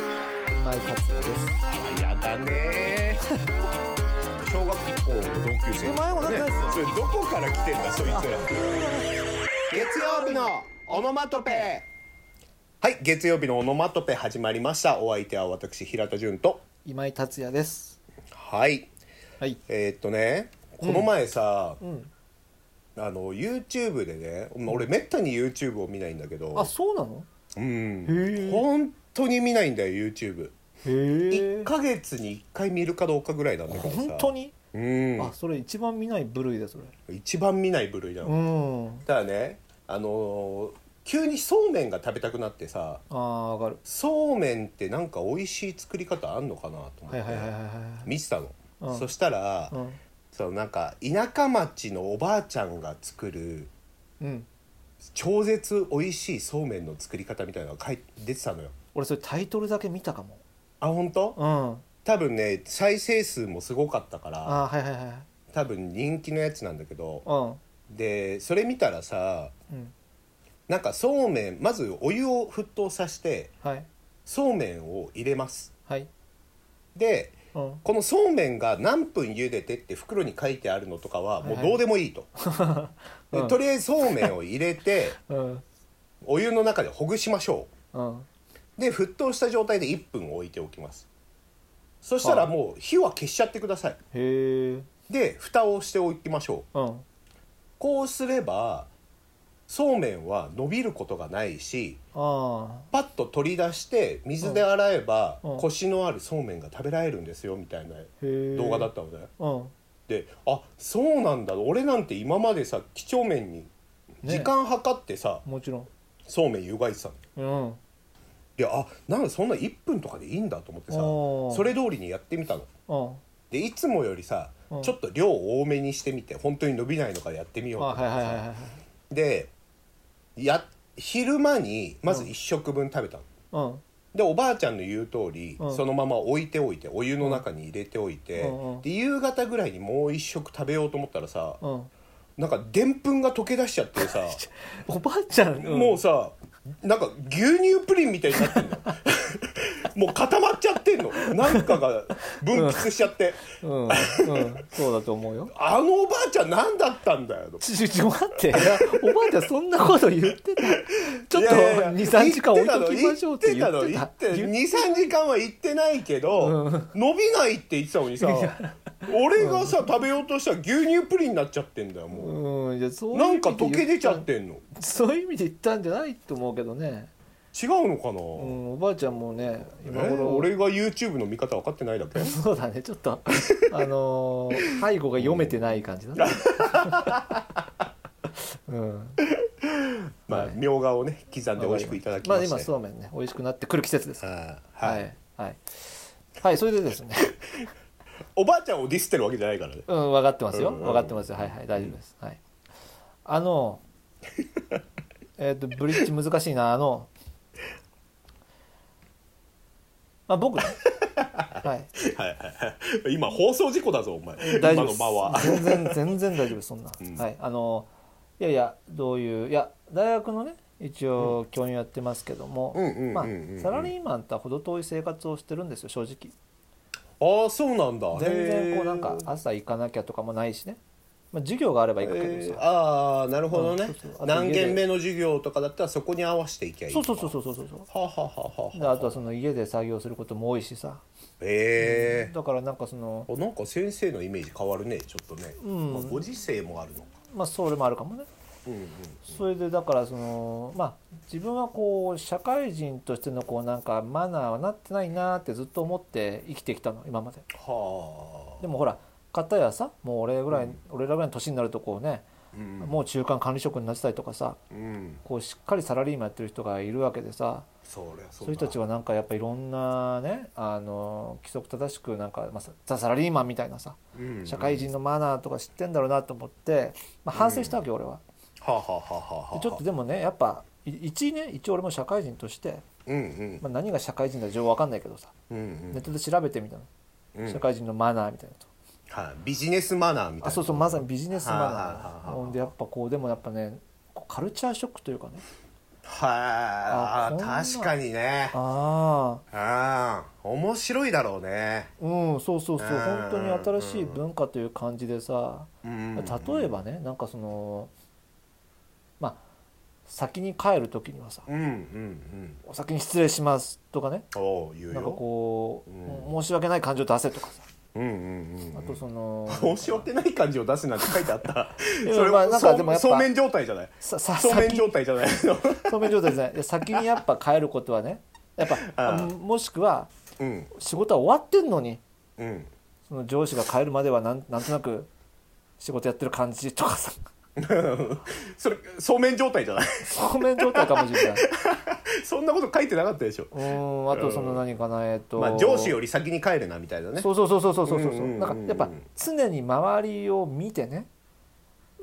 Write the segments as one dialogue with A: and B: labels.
A: 今井達也です
B: あやだねー 小学校の同級生
A: お前もなんか
B: ねそれどこから来てんだそいつら月曜日のオノマトペはい月曜日のオノマトペ始まりましたお相手は私平田純と
A: 今井達也です
B: はい
A: はい
B: えーっとねこの前さ、あの YouTube でね、まあ、俺めったに YouTube を見ないんだけど
A: あそうなの
B: うん本当に見ないんだよ YouTube1
A: へ
B: ヶ月に1回見るかどうかぐらいなんだけどさ
A: 本当に
B: うん
A: あそれ一番見ない部類だそれ
B: 一番見ない部類だの、
A: うん
B: ただねあのー急にそうめんが食べたくなってさ
A: あーわかる
B: そうめんってなんか美味しい作り方あんのかなと
A: は
B: 思って、
A: いはいはいはいは
B: 見てたの、
A: うん
B: そしたら、
A: い
B: そのなんか田舎町のおばあちゃんが作る
A: うん、うん、
B: 超絶美味しいそうめんの作り方みたいなのが書い出てたのよ
A: 俺それタイトルだけ見たかも
B: あ本当
A: うん
B: 多分ね再生数もすごかったから
A: あーはいはいはい
B: 多分人気のやつなんだけど
A: う
B: でそれ見たらさ
A: んうん
B: なんかそうめんまずお湯を沸騰させて
A: はい
B: そうめんを入れます
A: はい
B: で
A: うん
B: このそうめんが何分茹でてって袋に書いてあるのとかはもうどうでもい いと、
A: うん
B: でとりあえずそうめんを入れて
A: うん
B: お湯の中でほぐしましょ
A: うん
B: うで沸騰した状態で1分置いておきますそしたらもう火は消しちゃってください
A: へえ
B: で蓋をしておきましょう
A: うん
B: こうすればそうめんは伸びることがないし
A: あ
B: パッと取り出して水で洗えば
A: うんうん
B: コシのあるそうめんが食べられるんですよみたいな
A: ーへえ
B: 動画だったのね、
A: うん
B: であそうなんだ俺なんて今までさ几帳面に
A: ね
B: 時間計ってさ、
A: もちろん
B: そうめん湯がいてたの
A: うん
B: いやあなんだそんな1分とかでいいんだと思ってさ
A: おー
B: それ通りにやってみたの
A: うん
B: でいつもよりさ、
A: うん
B: ちょっと量多めにしてみて本当に伸びないのからやってみよう
A: あ
B: と思
A: はい
B: ってさ、
A: はいはいはい
B: でや昼間にまず1食分食べたの、
A: うん
B: でおばあちゃんの言う通り、
A: うん
B: そのまま置いておいてお湯の中に入れておいて、
A: うんうん
B: で夕方ぐらいにもう1食食べようと思ったらさ、
A: うん
B: なんかでんぷんが溶け出しちゃって さ
A: おばあちゃん、ん
B: もうさなんか牛乳プリンみたいになってんの もう固まっちゃってんのなんかが分泌しちゃって、
A: うん、うん、そうだと思うよ。
B: あのおばあちゃん何だったんだよと
A: ちょ、ちょ、待って。いやおばあちゃんそんなこと言ってた。ちょっと
B: いやいやいや
A: 2、3時間置いときましょうって言って
B: 言
A: た
B: っ。てたの
A: 言
B: 言
A: っ
B: って23時間は行ってないけど、
A: うん
B: 伸びないって言ってたのにさ
A: い
B: 俺がさ食べようとしたら牛乳プリンになっちゃってんだよも
A: うん、いや、そうういう
B: な
A: 意味
B: ん
A: で言っ
B: か
A: た。
B: 溶け出ちゃってんの
A: そういう意味で言ったんじゃないと思うけどね。
B: 違うのか
A: う
B: な、
A: ん、おばあちゃんもね、今
B: え
A: 頃。
B: 俺が YouTube の見方分かってないだけ
A: そうだね、ちょっと、あのー背後が読めてない感じだ ね。うん。
B: まあ、みょうがをね刻んで美味しくいただきま
A: ま
B: し
A: あ
B: て、
A: 今そうめんね、美味しくなってくる季節です。
B: あーは、
A: はいい。はい。はい、それでですね。
B: おばあちゃんをディスってるわけじゃないからね
A: うん、分かってますよ。
B: うんうん
A: 分かってますよ。はいはい、大丈夫です。はい。あ の、えっと、ブリッジ難しいな、あの、まあ、 僕ね、はい、
B: はいはいはい今放送事故だぞお前
A: 大丈
B: 今
A: 夫で
B: の
A: す
B: 間は。
A: 全然、全然大丈夫です、そんな。
B: ん
A: はい、あの、いやいや、どういう、いや、大学のね、一応、教員やってますけども
B: うんうんうんうんうん、
A: まあ、サラリーマンとは程遠い生活をしてるんですよ、正直。
B: ああそうなんだ
A: 全然、こう、なんか
B: へ、ー
A: 朝行かなきゃとかもないしね。まあ、授業があれば行くけど
B: え
A: さ
B: ー。ああなるほど
A: う
B: ね
A: んそうそうあと家で
B: 何軒目の授業とかだったらそこに合わせていけばいい
A: そうそううそうそうそうそうそ
B: はあはあはあは
A: う
B: あ
A: であとはその家で作業することも多いしさ
B: へえ
A: だからなんかその
B: あなんか先生のイメージ変わるねちょっとね、
A: うん
B: まあ、ご時世もあるのか
A: まあそれもあるかもね
B: うんうん
A: それでだからそのまあ自分はこう社会人としてのこうなんかマナーはなってないなーってずっと思って生きてきたの今まで
B: はあ
A: でもほら片やさもう俺ぐらい、俺らぐらいの年になるとこうね、
B: うん
A: もう中間管理職になってたりとかさ
B: うん
A: こうしっかりサラリーマンやってる人がいるわけでさ
B: そりゃそ
A: そうういう人たち
B: は
A: はなんかやっぱいろんなねあの規則正しくなんか、まあ、ザ・サラリーマンみたいなさ社会人のマナーとか知ってんだろうなと思って、まあ、反省したわけよ俺は。
B: はあはあはあはあは
A: で
B: あ
A: ちょっとでもねやっぱい一ね一応俺も社会人として、
B: うんうん
A: まあ、何が社会人だか情報わかんないけどさ
B: うん
A: ネットで調べてみたの、
B: うん
A: 社会人のマナーみたいなと、
B: はいビジネスマナーみたいな
A: あそうそうまさにビジネスマナ
B: はいはいはい
A: ー
B: はい
A: ほんでやっぱこうでもやっぱねこうカルチャーショックというかね
B: は
A: あこん
B: あ
A: な
B: 確かにね
A: ああ
B: ああ面白いだろうね
A: うんそうそうそう
B: うん
A: 本当に新しい文化という感じでさ
B: うん
A: 例えばねなんかそのまあ先に帰る時にはさ
B: うんうんうん
A: 「お先に失礼します」とかね
B: おう言う
A: なんか
B: よ
A: こう、
B: う
A: 申し訳ない感情出せとかさ
B: うんうんうんうん
A: あとその
B: 申し訳ない感じを出すなんて書いてあった
A: いや
B: それ
A: まあ
B: は
A: なんかでもやっぱ
B: そう面状態じゃない
A: ささ
B: そうめん
A: 先
B: 状態じゃないの
A: そうめん状態じゃないいや先にやっぱ帰ることはねやっぱ
B: ああ
A: もしくは
B: うん
A: 仕事は終わってんのに
B: うん
A: その上司が帰るまではなんなんとなく仕事やってる感じとかさ
B: それそうめん状態じゃない
A: そうめん状態かもしれない
B: そんなこと書いてなかったでしょ
A: うーんあとその何かなえっと、
B: まあ上司より先に帰れなみたいなね
A: そうそうそうそうそうそうそう,、
B: うんうんうんうん
A: なんかやっぱ常に周りを見てね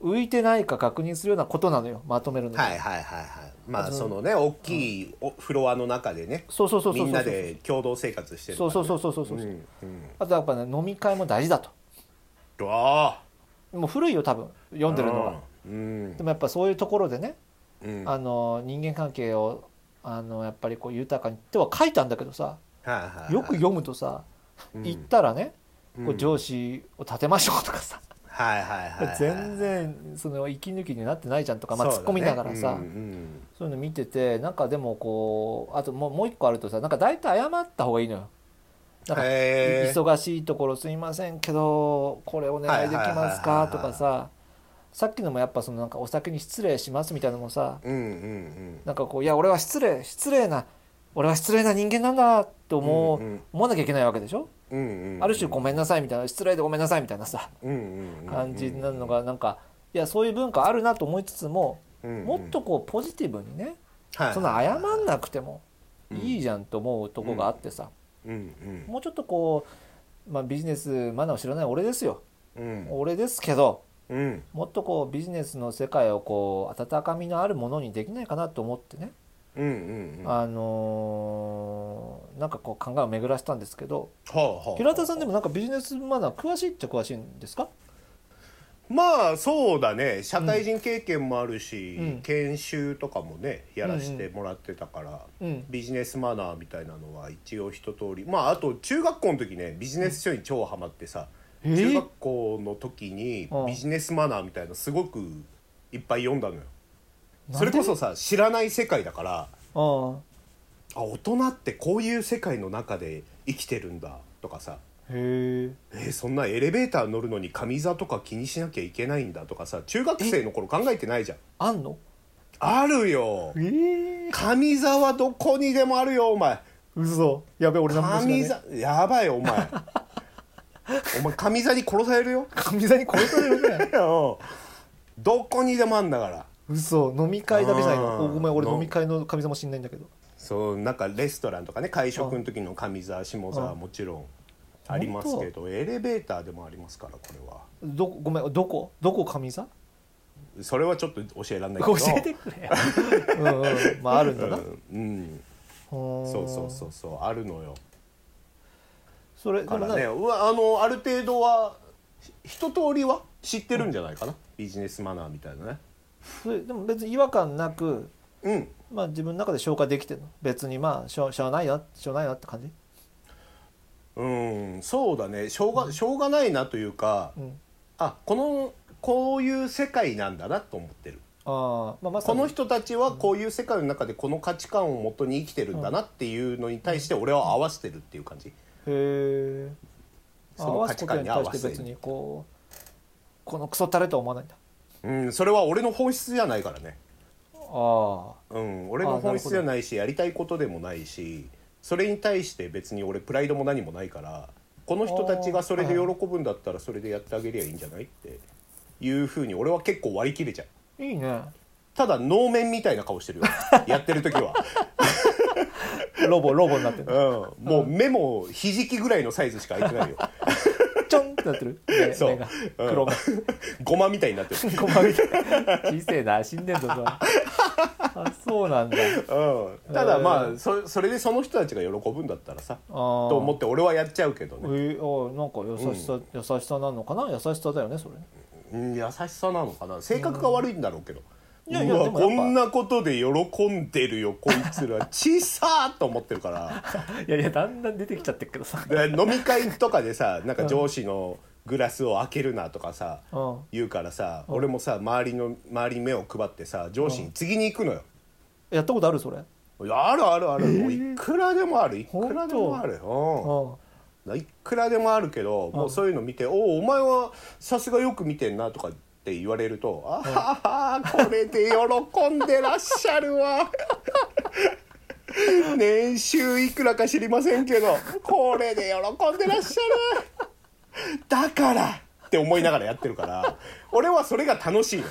A: 浮いてないか確認するようなことなのよまとめるのが
B: はいはいはいはい
A: あ
B: まあ
A: と
B: そのね大きいおフロアの中でね
A: そうそうそうそうそう
B: みんなで共同生活してる
A: そうそうそうそうそう
B: う
A: そ
B: ん
A: う、
B: うん
A: あとやっぱね飲み会も大事だと
B: うわあ
A: もう古いよ多分読んでるのが
B: うん
A: でもやっぱそういうところでね、
B: うん
A: あの人間関係をあのやっぱりこう豊かにっては書いたんだけどさよく読むとさ
B: うん
A: 行ったらね、こう
B: うん
A: 上司を立てましょうとかさ、
B: はいはいはいはい
A: 全然その息抜きになってないじゃんとか、まあ、突
B: そう
A: っ
B: だ
A: 込
B: ね
A: みながらさそう,、
B: うんうん
A: いうの見ててなんかでもこうあともうもう一個あるとさなんか大体謝った方がいいのよ。なんか
B: へー
A: 忙しいところすいませんけどこれお願いできます
B: はいはいはいはいは
A: か
B: い
A: とかささっきのもやっぱそのなんかお酒に失礼しますみたいなのもさ
B: うんうん
A: なんかこういや俺は失礼失礼な俺は失礼な人間なんだと思う、
B: うんうん
A: 思わなきゃいけないわけでしょ
B: うんうんうん
A: ある種ごめんなさいみたいな失礼でごめんなさいみたいなさ
B: うんうんうん
A: 感じになるのがなんかいやそういう文化あるなと思いつつも
B: うんうん
A: もっとこうポジティブにね
B: はい
A: そんな謝んなくてもいいじゃんと思うとこがあってさ
B: うん
A: もうちょっとこう、まあ、ビジネスマナーを知らない俺ですよ
B: うんうん
A: 俺ですけど
B: うん
A: もっとこうビジネスの世界をこう温かみのあるものにできないかなと思ってね、
B: うんうんうんは
A: あのーなんかこう考えを巡らしたんですけど
B: あはあ
A: 平田さんでもなんかビジネスマナー詳しいっちゃ詳しいんですか
B: まあそうだね社会人経験もあるし、
A: うん
B: 研修とかもねやらしてもらってたから、
A: うん
B: ビジネスマナーみたいなのは一応一通りまああと中学校の時ねビジネス書に超ハマってさ、
A: えー
B: 中学校の時に
A: うん
B: ビジネスマナーみたいなすごくいっぱい読んだのよ。
A: なんで
B: それこそさ知らない世界だから
A: あ
B: あ大人ってこういう世界の中で生きてるんだとかさ
A: あへえ
B: えーそんなエレベーター乗るのに上座とか気にしなきゃいけないんだとかさ中学生の頃考えてないじゃん
A: あんの
B: あるよ
A: ええ
B: 上座はどこにでもあるよお前
A: 嘘やべ俺何も知らね
B: 上
A: え
B: 座やばいお 前お前上座に殺されるよ
A: 神座に殺されるね
B: うんどこにでもあんだから
A: 嘘飲み会だけじゃないの
B: うん
A: おごめん俺
B: の
A: 飲み会の神座も知んないんだけど
B: そうなんかレストランとかね会食の時の上座下座はもちろんありますけどエレベーターでもありますからこれは
A: どごめんどこどこ神座
B: それはちょっと教えられないけ
A: 教
B: ど
A: えてく れようんうんまああるんだな、
B: うんうんそうそうそううそうあるのよ
A: それそ
B: か
A: れ
B: ら
A: な
B: ねうわあのある程度はひ一通りは知ってるんじゃないかな、ビジネスマナーみたいなね
A: それでも別に違和感なく
B: うん
A: まあ自分の中で消化できてるの別にまあしょうしょうがないなしょうがないなって感じ
B: うんそうだねしょうがしょうがないなというか、
A: うん
B: あこのこういう世界なんだなと思ってる
A: ああまあまさ
B: こ
A: に
B: の人たちはこういう世界の中でこの価値観をもとに生きてるんだなっていうのに対して俺は合わせてるっていう感じ
A: へえ
B: その
A: 合わすことに対して
B: 価値観に合わせ
A: 別にこうこのクソタレとは思わないんだ
B: うんそれは俺の本質じゃないからね
A: あ
B: うん、俺の本質じゃないしやりたいことでもないしそれに対して別に俺プライドも何もないからこの人たちがそれで喜ぶんだったらそれでやってあげりゃいいんじゃないっていうふうに俺は結構割り切れちゃう
A: あいいね
B: ただ能面みたいな顔 してるよやってる時は、
A: ロボロボになってる
B: うん、もう目もひじきぐらいのサイズしか開いてない よ
A: ちょんってなってる目
B: そう
A: 目が 黒が
B: うん、ゴマみたいになってる、
A: ごまみたいな 小せえな死んでんぞ それあそうなんだ
B: うん、ただまあそそれでその人たちが喜ぶんだったらさと
A: と
B: 思って俺はやっちゃうけど
A: え
B: ね、
A: ー、あーなんか優しさ、優しさなのかな優しさだよねそれ
B: うん、優しさなのかな性格が悪いんだろうけど、
A: いやいや
B: うわ
A: でもやっ
B: こ
A: ぱ
B: んなことで喜んでるよこい つら小さーと思ってるから
A: いやいやだんだん出てきちゃってるけどさ、
B: で飲み会とかでさなんか上司のグラスを開けるなとかさ、
A: うん、
B: 言うからさ、
A: うん
B: 俺もさ周りの周りに目を配ってさ上司に次に行くのよ、
A: やったことあるそれ、うん、
B: いやあるあるある、もういくらでもあるいくらでもあるよ、
A: そ
B: うんいくらでもあるけど、もうそういうの見て「おおお前はさすがよく見てんな」とかって言われると「あははこれで喜んでらっしゃるわ」 年収いくらか知りませんけどこれで喜んでらっしゃるだからって思いながらやってるから俺はそれが楽しいの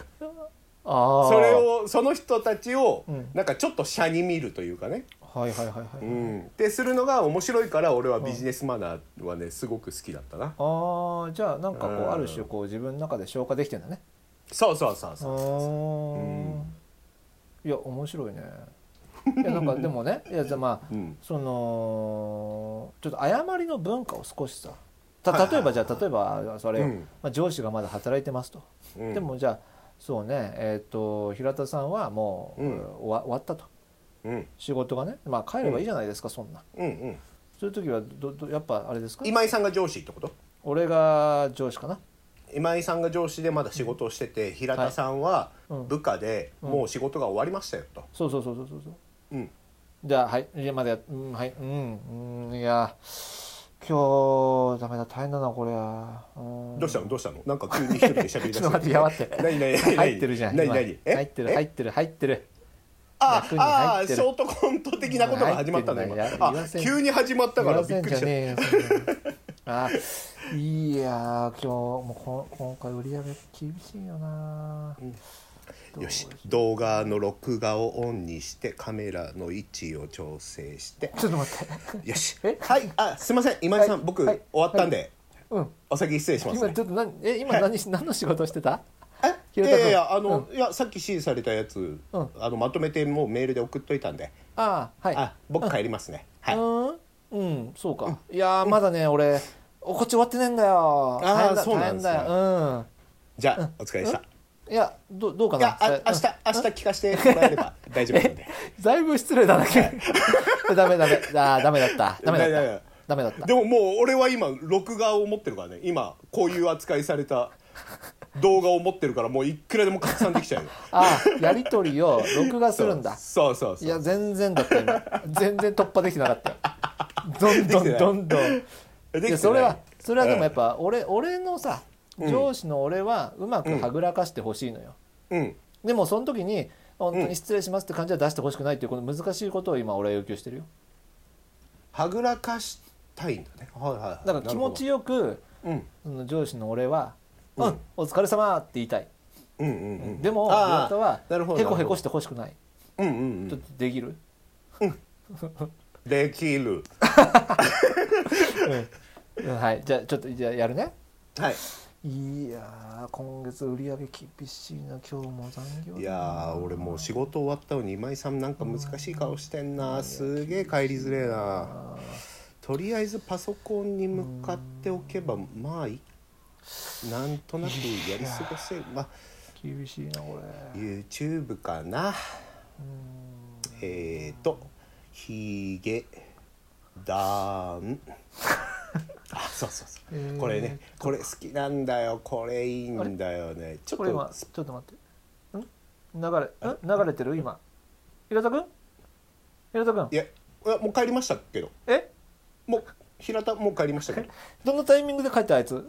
A: あー
B: それをその人たちを
A: うん
B: なんかちょっと車に見るというかね、
A: はいはいはいはい、
B: うん、ってするのが面白いから俺はビジネスマナーはねすごく好きだったな、
A: ああじゃあなんかこ
B: う
A: うんある種こう自分の中で消化できてんだね
B: そうそうそう
A: う
B: そう
A: ー
B: うん
A: んいや面白いねいやなんかでもねいやじゃあまあ
B: うん
A: そのちょっと誤りの文化を少しさた
B: はいはい
A: 例えばじゃあ例えばそれ、
B: うん
A: まあ、上司がまだ働いてますと、
B: うん
A: でもじゃあそうねえっ、と平田さんはもう、
B: うん
A: 終わ終わったと
B: うん
A: 仕事がねまあ帰ればいいじゃないですか、そんな
B: うんうん
A: そういう時はどどやっぱあれですか
B: 今井さんが上司ってこと
A: 俺が上司かな
B: 今井さんが上司でまだ仕事をしてて平田さんは
A: うん
B: 部下でもう仕事が終わりましたよと、
A: そうそうそうそうそうそう
B: うん、
A: じゃあはいいやまだやうんはいうん、うん、いや今日ダメだ大変だなこれは、うん、
B: どうしたのどうしたのなんか急に一人で喋り 出し
A: ち
B: て
A: ょっと待ってやばって
B: 何何何
A: 入ってるじゃん
B: 何
A: 今
B: 何え
A: 入ってる入ってる入ってる
B: あ
A: 役に
B: あ
A: 入っ
B: ー
A: て
B: シ
A: る
B: ョートコント的なことが始まったの
A: 入ってん
B: 今
A: だよ言
B: あ
A: わせん
B: 急に始まったからびっくりした
A: ねえよそんなあいやー今日もうこ今回売り上げ厳しいよな、
B: よし動画の録画をオンにしてカメラの位置を調整して
A: ちょっと待って
B: よし
A: え
B: はいあすいません今井さ
A: は
B: ん、
A: い
B: 僕、
A: はい
B: 終わったんで、
A: うん
B: お先失礼します、
A: 今
B: ね
A: ち、ょっと何え今何し何の仕事してた
B: えい
A: 平田君
B: やいやいやあの、いやさっき指示されたやつ、
A: うん
B: あのまとめてもうメールで送っといたんで、
A: ああはい
B: あ僕帰りますね、はい、
A: うーん、うん、そうか、いやーまだね俺おこっち終わってねえんだよ
B: あー
A: 大変だ
B: そうなん
A: 大変
B: ですね
A: だよ
B: じゃあ、お疲れでした、
A: うんいやどどうか
B: い
A: な
B: や
A: それ
B: あ明日明日聞かせてもらえれ ば大丈夫なんで
A: うんだいぶ失礼だなダメダメあーダメだったダメだ
B: いやいや
A: っ
B: いや
A: たダメだった
B: でももう俺は今録画を持ってるからね今こういう扱いされた動画を持ってるからもういくらでも拡散できちゃ うよ
A: ああやり取りを録画するんだ
B: そうそうそう
A: いや全然だった今全然突破できてなかったよどんどんどんどん
B: できてない
A: いやそれはそれはでもやっぱ俺俺のさ上司の俺はうまくはぐらかしてほしいのよ、
B: うん
A: でもその時に本当
B: うん
A: に失礼しますって感じは出してほしくないっていうこの難しいことを今俺は要求してるよ
B: はぐらかしたいんだねはいはいはい
A: だから気持ちよく
B: なるほ
A: その上司の俺は「
B: う
A: うんん、お疲れ様って言いたい、
B: どうんうんうんうん
A: でも
B: あ
A: あ
B: あ
A: なは
B: なるほど
A: へこへこしてほしくない
B: うんうん
A: ち
B: う
A: ょっ
B: ん
A: とできる、
B: できる
A: うん、はいじゃあちょっとじゃあやるね
B: はい
A: いやー今月売り上げ厳しいな今日も残業だない
B: やー俺もう仕事終わったのに今井さんなんか難しい顔してんなすげえ帰りづれえなとりあえずパソコンに向かっておけばまあいなんとなくやり過ごせるまあ
A: 厳しいなこ
B: YouTube かなえーとひげだ んあそうそうそう、
A: えー
B: これねこれ好きなんだよこれいいんだよねち
A: れ
B: ょ
A: こ
B: っ
A: れ今
B: と
A: ちょっと待ってん流れん流れてる今平田君平田君
B: いやいやもう帰りましたけど
A: え
B: もう平田もう帰り ましたけど
A: どのタイミングで帰ったあいつ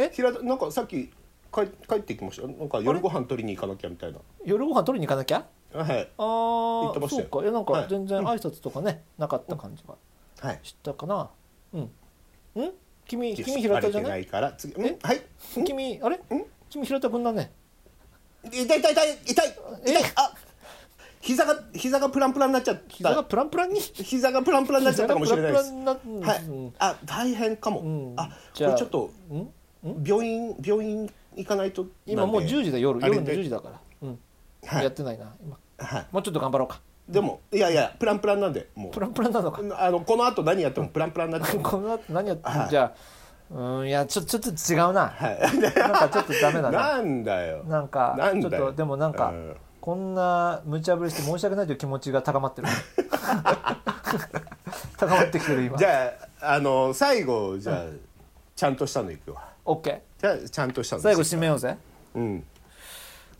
A: え
B: 平田なんかさっき帰帰ってきましたなんか夜ご飯取りに行かなきゃみたいな
A: 夜ご飯取りに行かなきゃ
B: はい
A: あ
B: 行ってま
A: ー
B: した
A: そ
B: よ
A: うかいやなん
B: は
A: か
B: い
A: 全然挨拶とかねなかった感じが
B: はい
A: したかなうんうん君
B: よし
A: 君平田じゃ
B: バ
A: な
B: レ
A: い
B: てないから次うん
A: え
B: はい
A: 君あれ君平田君だね
B: 痛い痛い痛い痛い痛いあ膝が膝がプランプランになっちゃった
A: 膝がプランプランに
B: 膝がプランプランになっちゃったかもしれないです。
A: 膝がプランプ
B: は
A: ラ
B: い
A: ンになうん。
B: あ、大変かも。
A: うん
B: あ、こ
A: じゃあ
B: れちょっと
A: うん
B: 病院病院行かないとなんで。
A: 今もう10時だ夜
B: あれ
A: 夜の
B: で
A: 10時だから、うん
B: はい
A: やってないな今
B: は
A: もうちょっと頑張ろうか
B: い。でもいやいやプランプランなんでも
A: プランプランなのか
B: う。あのこの後何やってもプランプランになっちゃう。
A: この後何やって、
B: はい
A: じゃあうんいやちょちょっと違うな
B: はい
A: なんかちょっとダメだな
B: なんだよ
A: なんか
B: なん
A: ちょっ
B: だよ
A: とでもなんか、
B: うん
A: こんな無茶ぶりして申し訳ないという気持ちが高まって る高まってきてる今
B: じゃああの最後じゃあ、ちゃんとしたのいくわ
A: OK
B: じゃあちゃんとしたの
A: 最後締めようぜ
B: うん、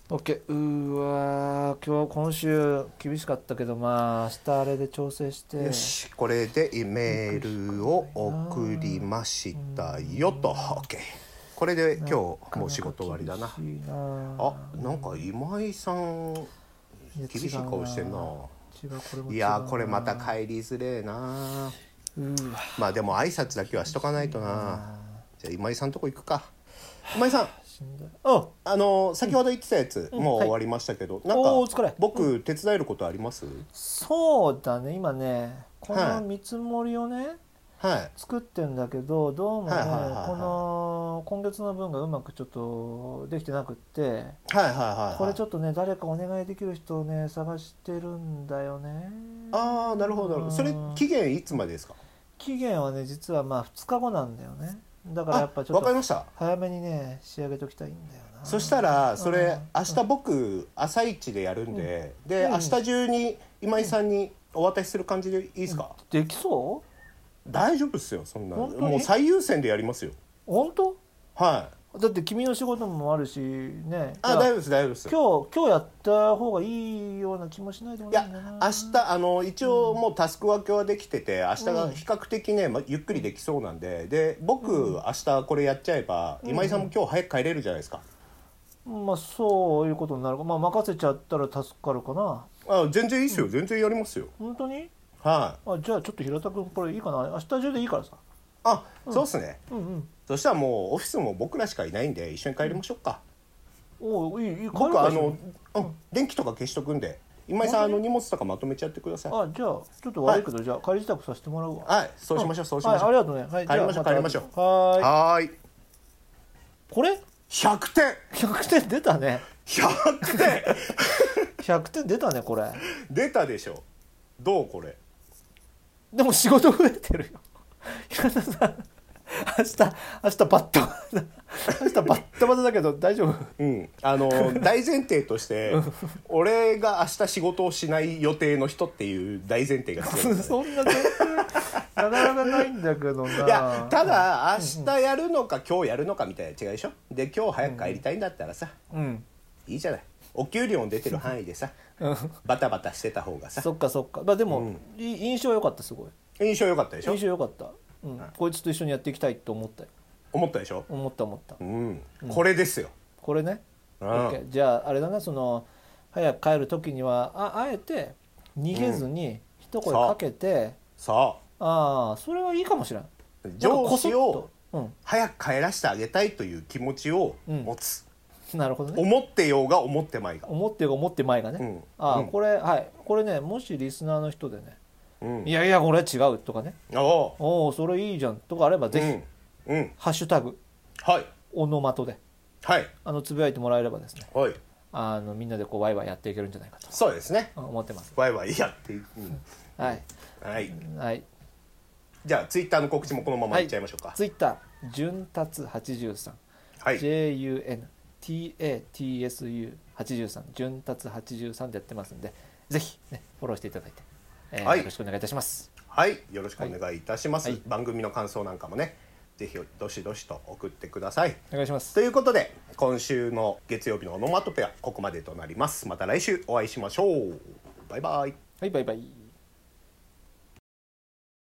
A: OK うーわー今日今週厳しかったけどまあ明日あれで調整して
B: よしこれでメールを送りましたよと OK これで今日もう仕事終わりだな
A: 厳しいな
B: あなんか今井さん
A: や
B: 厳しい顔してんな
A: 違違うこれも違う
B: い
A: い
B: やーこれまた帰りづれえな
A: うーわ
B: まあでも挨拶だけはしとかないとなじゃあ今井さんとこ行くか今井さん
A: しんどいお
B: あの先ほど言ってたやつ、もう
A: はい
B: 終わりましたけど、
A: おーお
B: なん
A: 疲れ
B: か僕手伝えることあります、
A: そうだね今ねこ
B: は
A: の
B: い
A: 見積もりをね、
B: はい
A: 作ってんだけどどうもね、
B: はいはいはいはい
A: この今月の分がうまくちょっとできてなくって
B: はいはいはいはい
A: これちょっとね誰かお願いできる人をね探してるんだよね
B: ああなるほどなる
A: う
B: ほど
A: ん
B: それ期限いつまでですか
A: 期限はね実はまあ2日後なんだよねだからや
B: あ
A: っぱちょ
B: わ
A: っ
B: かり
A: と
B: ました
A: 早めにね仕上げときたいんだよな
B: そしたらそれ
A: うん
B: 明日僕朝一でやるんでで
A: うん
B: 明日中に今井さんにお渡しする感じでいいですか
A: できそう
B: 大丈夫っすよそんな
A: 本当に
B: もう最優先でやりますよ
A: 本当
B: はい
A: だって君の仕事もあるしね
B: あ
A: いや
B: 大丈夫です大丈夫です
A: 今日今日やった方がいいような気もしないでも
B: い
A: ない
B: や
A: んだよな
B: 明日あの一応もうタスク分けはできてて明日が比較的ね、ま、ゆっくりできそうなんでで僕、明日これやっちゃえば今井さんも今日早く帰れるじゃないですか、
A: まあそういうことになるかまあ任せちゃったら助かるかな
B: あ全然いいですよ全然やりますよ、
A: 本当に
B: はい
A: あじゃあちょっと平田君これいいかな明日中でいいからさ
B: あ、そうっすね
A: うんうん
B: そしたらもうオフィスも僕らしかいないんで一緒に帰りましょうか、
A: おういいいい帰る
B: 僕
A: か
B: あ
A: 一緒
B: の
A: に、
B: うん、電気とか消しとくんで今井さんあの荷物とかまとめちゃってください
A: あじゃあちょっと悪いけど、じゃあ帰り支度させてもらうわ
B: はいそうしましょうそうし
A: は
B: ま
A: い
B: しょ
A: あ
B: う、
A: りがとうねはい
B: 帰りましょう
A: じゃあ
B: 帰りましょう
A: はーい
B: はーい
A: これ
B: 100点
A: 100点出たね
B: 100点
A: 100点出たねこれ
B: 出たでしょどうこれ
A: でも仕事増えてるよ 平田さん明日明日バッタバタ明日バッタバタだけど大丈夫
B: うん、あの大前提として俺が明日仕事をしない予定の人っていう大前提が強いんだね
A: そんな全然なかなかないんだけどない
B: いやただ明日やるのか今日やるのかみたいな違いでしょで今日早く帰りたいんだったらさ、
A: うん
B: いいじゃないお給料出てる範囲でさ
A: うん
B: バタバタしてた方がさ
A: そっかそっかまあでも、
B: うん
A: い印象良かったすごい
B: 印象良かったでしょ
A: 印象良かった、うんこいつと一緒にやっていきたいと思ったよ
B: 思ったでしょ
A: 思った思った
B: うん、これですよ
A: これね、
B: うん
A: OK じゃああれだなその早く帰る時にはああえて逃げずに一声かけて、
B: さ
A: ああそれはいいかもしれない
B: あ上司を
A: うん
B: 早く帰らせてあげたいという気持ちを
A: うん
B: 持つ、
A: なるほどね
B: 思ってようが思ってまいが、
A: 思ってよ思って前がね、
B: うん
A: ああ
B: うん
A: これはいこれねもしリスナーの人でね、
B: うん
A: い、やいやこれ違うとかね
B: おう
A: おおそれいいじゃんとかあればぜひ、
B: うん、うん、
A: ハッシュタグ
B: はい
A: オノマトで
B: はい
A: あのつぶやいてもらえればですね
B: はい
A: あのみんなでこうワイワイやっていけるんじゃないかと
B: そうですね
A: 思ってます
B: ワイワイやっていく、うん
A: はい
B: はい
A: はい
B: じゃあツイッターの告知もこのままいっちゃいましょうか
A: ツイッター潤達83、
B: はい、
A: JUNTATSU83 潤達83でやってますんでぜひ、ね、フォローしていただいて、えー
B: はい
A: よろしくお願いいたします
B: はい、よろしくお願いいたします、
A: はい
B: 番組の感想なんかもねぜひどしどしと送ってください
A: お願いします
B: ということで今週の月曜日のオノマトペはここまでとなりますまた来週お会いしましょうバイバイ
A: はいバイバイ